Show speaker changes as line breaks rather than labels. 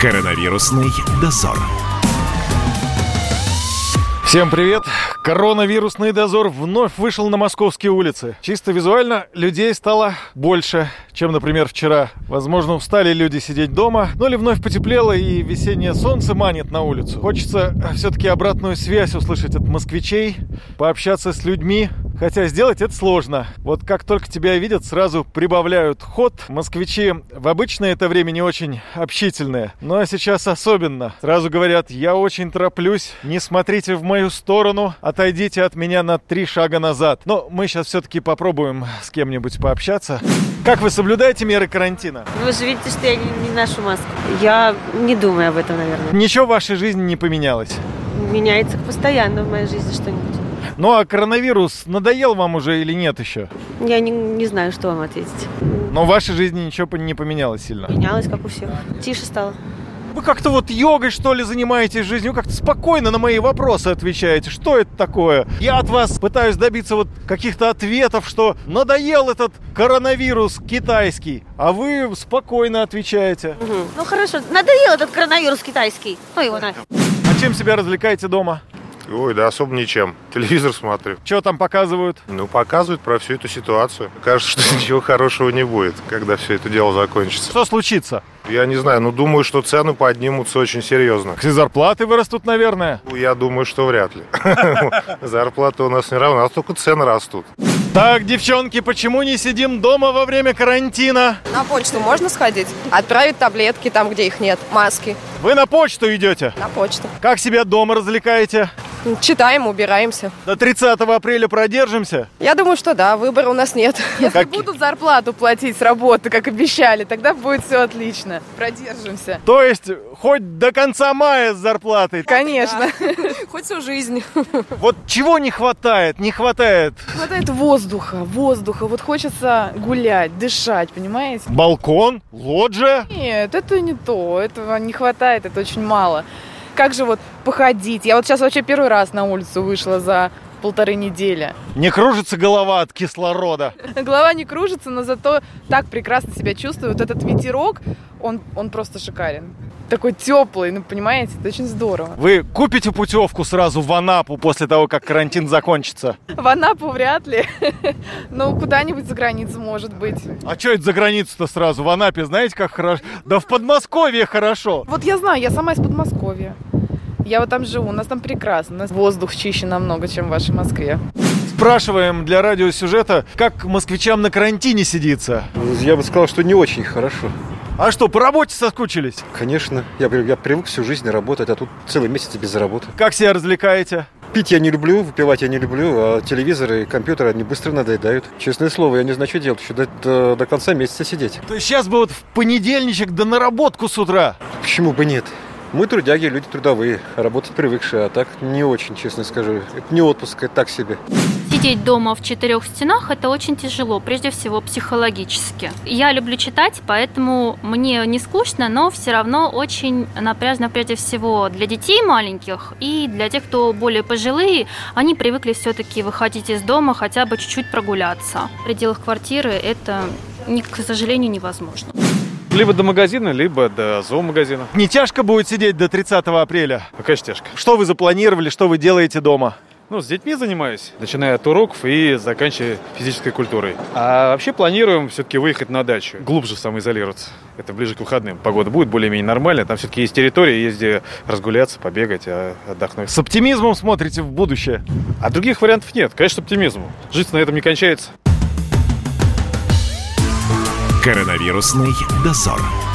Коронавірусний дозор.
Всем привет! Коронавирусный дозор вновь вышел на московские улицы. Чисто визуально людей стало больше, чем, например, вчера. Возможно, устали люди сидеть дома, но ли вновь потеплело и весеннее солнце манит на улицу. Хочется все-таки обратную связь услышать от москвичей, пообщаться с людьми, Хотя сделать это сложно. Вот как только тебя видят, сразу прибавляют ход. Москвичи в обычное это время не очень общительные, но сейчас особенно. Сразу говорят, я очень тороплюсь, не смотрите в мою сторону, отойдите от меня на три шага назад. Но мы сейчас все-таки попробуем с кем-нибудь пообщаться. Как вы соблюдаете меры карантина?
Вы же видите, что я не, не ношу маску. Я не думаю об этом, наверное.
Ничего в вашей жизни не поменялось?
Меняется постоянно в моей жизни что-нибудь.
Ну а коронавирус надоел вам уже или нет еще?
Я не, не знаю, что вам ответить.
Но в вашей жизни ничего по- не поменялось сильно.
Менялось, как у всех. Тише стало.
Вы как-то вот йогой, что ли, занимаетесь жизнью? Вы как-то спокойно на мои вопросы отвечаете. Что это такое? Я от вас пытаюсь добиться вот каких-то ответов, что надоел этот коронавирус китайский, а вы спокойно отвечаете.
Мгм. Ну хорошо, надоел этот коронавирус китайский. Ну его нафиг.
А чем себя развлекаете дома?
Ой, да особо ничем. Телевизор смотрю.
Что там показывают?
Ну, показывают про всю эту ситуацию. Кажется, что ничего хорошего не будет, когда все это дело закончится.
Что случится?
Я не знаю, но думаю, что цены поднимутся очень серьезно.
И зарплаты вырастут, наверное.
Я думаю, что вряд ли. Зарплата у нас не равна, у нас только цены растут.
Так, девчонки, почему не сидим дома во время карантина?
На почту можно сходить? Отправить таблетки там, где их нет, маски
Вы на почту идете.
на почту.
Как себя дома развлекаете?
Читаем, убираемся.
До 30 апреля продержимся?
Я думаю, что да, выбора у нас нет.
Если
Как-
будут зарплату платить с работы, как обещали, тогда будет все отлично. Продержимся.
То есть хоть до конца мая с зарплатой.
Конечно.
Хоть всю жизнь.
Вот чего не хватает? Не хватает
Хватает воздуха, воздуха. Вот хочется гулять, дышать, понимаете?
балкон, лоджия.
Нет, это не то. Этого не хватает, это очень мало. Как же вот походить? Я вот сейчас вообще первый раз на улицу вышла за полторы недели.
Не кружится голова от кислорода.
Голова не кружится, но зато так прекрасно себя чувствую. Вот этот ветерок, он, он просто шикарен. Такой теплый, ну понимаете, это очень здорово.
Вы купите путевку сразу в Анапу после того, как карантин закончится?
В Анапу вряд ли. Ну, куда-нибудь за границу, может быть.
А что это за границу-то сразу? В Анапе, знаете, как хорошо? Да в Подмосковье хорошо.
Вот я знаю, я сама из Подмосковья. Я вот там живу, у нас там прекрасно. У нас воздух чище намного, чем в вашей Москве.
Спрашиваем для радиосюжета, как москвичам на карантине сидится.
Я бы сказал, что не очень хорошо.
А что, по работе соскучились?
Конечно, я, говорю, я привык всю жизнь работать, а тут целый месяц без работы.
Как себя развлекаете?
Пить я не люблю, выпивать я не люблю, а телевизоры и компьютеры, они быстро надоедают. Честное слово, я не знаю, что делать, еще до, до- до конца месяца сидеть.
То есть сейчас бы вот в понедельничек до наработку с утра.
Почему бы нет? Мы трудяги, люди трудовые, работать привыкшие, а так не очень, честно скажу. Это не отпуск, это так себе.
Сидеть дома в четырех стенах это очень тяжело, прежде всего психологически. Я люблю читать, поэтому мне не скучно, но все равно очень напряжно прежде всего для детей маленьких и для тех, кто более пожилые, они привыкли все-таки выходить из дома, хотя бы чуть-чуть прогуляться. В пределах квартиры это, не- к сожалению, невозможно.
Либо до магазина, либо до зоомагазина.
Не тяжко будет сидеть до 30 апреля?
А, Конечно, тяжко.
Что вы запланировали, что вы делаете дома?
Ну, с детьми занимаюсь, начиная от уроков и заканчивая физической культурой. А вообще планируем все-таки выехать на дачу, глубже самоизолироваться. Это ближе к выходным. Погода будет более-менее нормальная, там все-таки есть территория, есть где разгуляться, побегать, а, отдохнуть.
С оптимизмом смотрите в будущее.
А других вариантов нет, конечно, оптимизм. Жить на этом не кончается.
Коронавірусний дозор.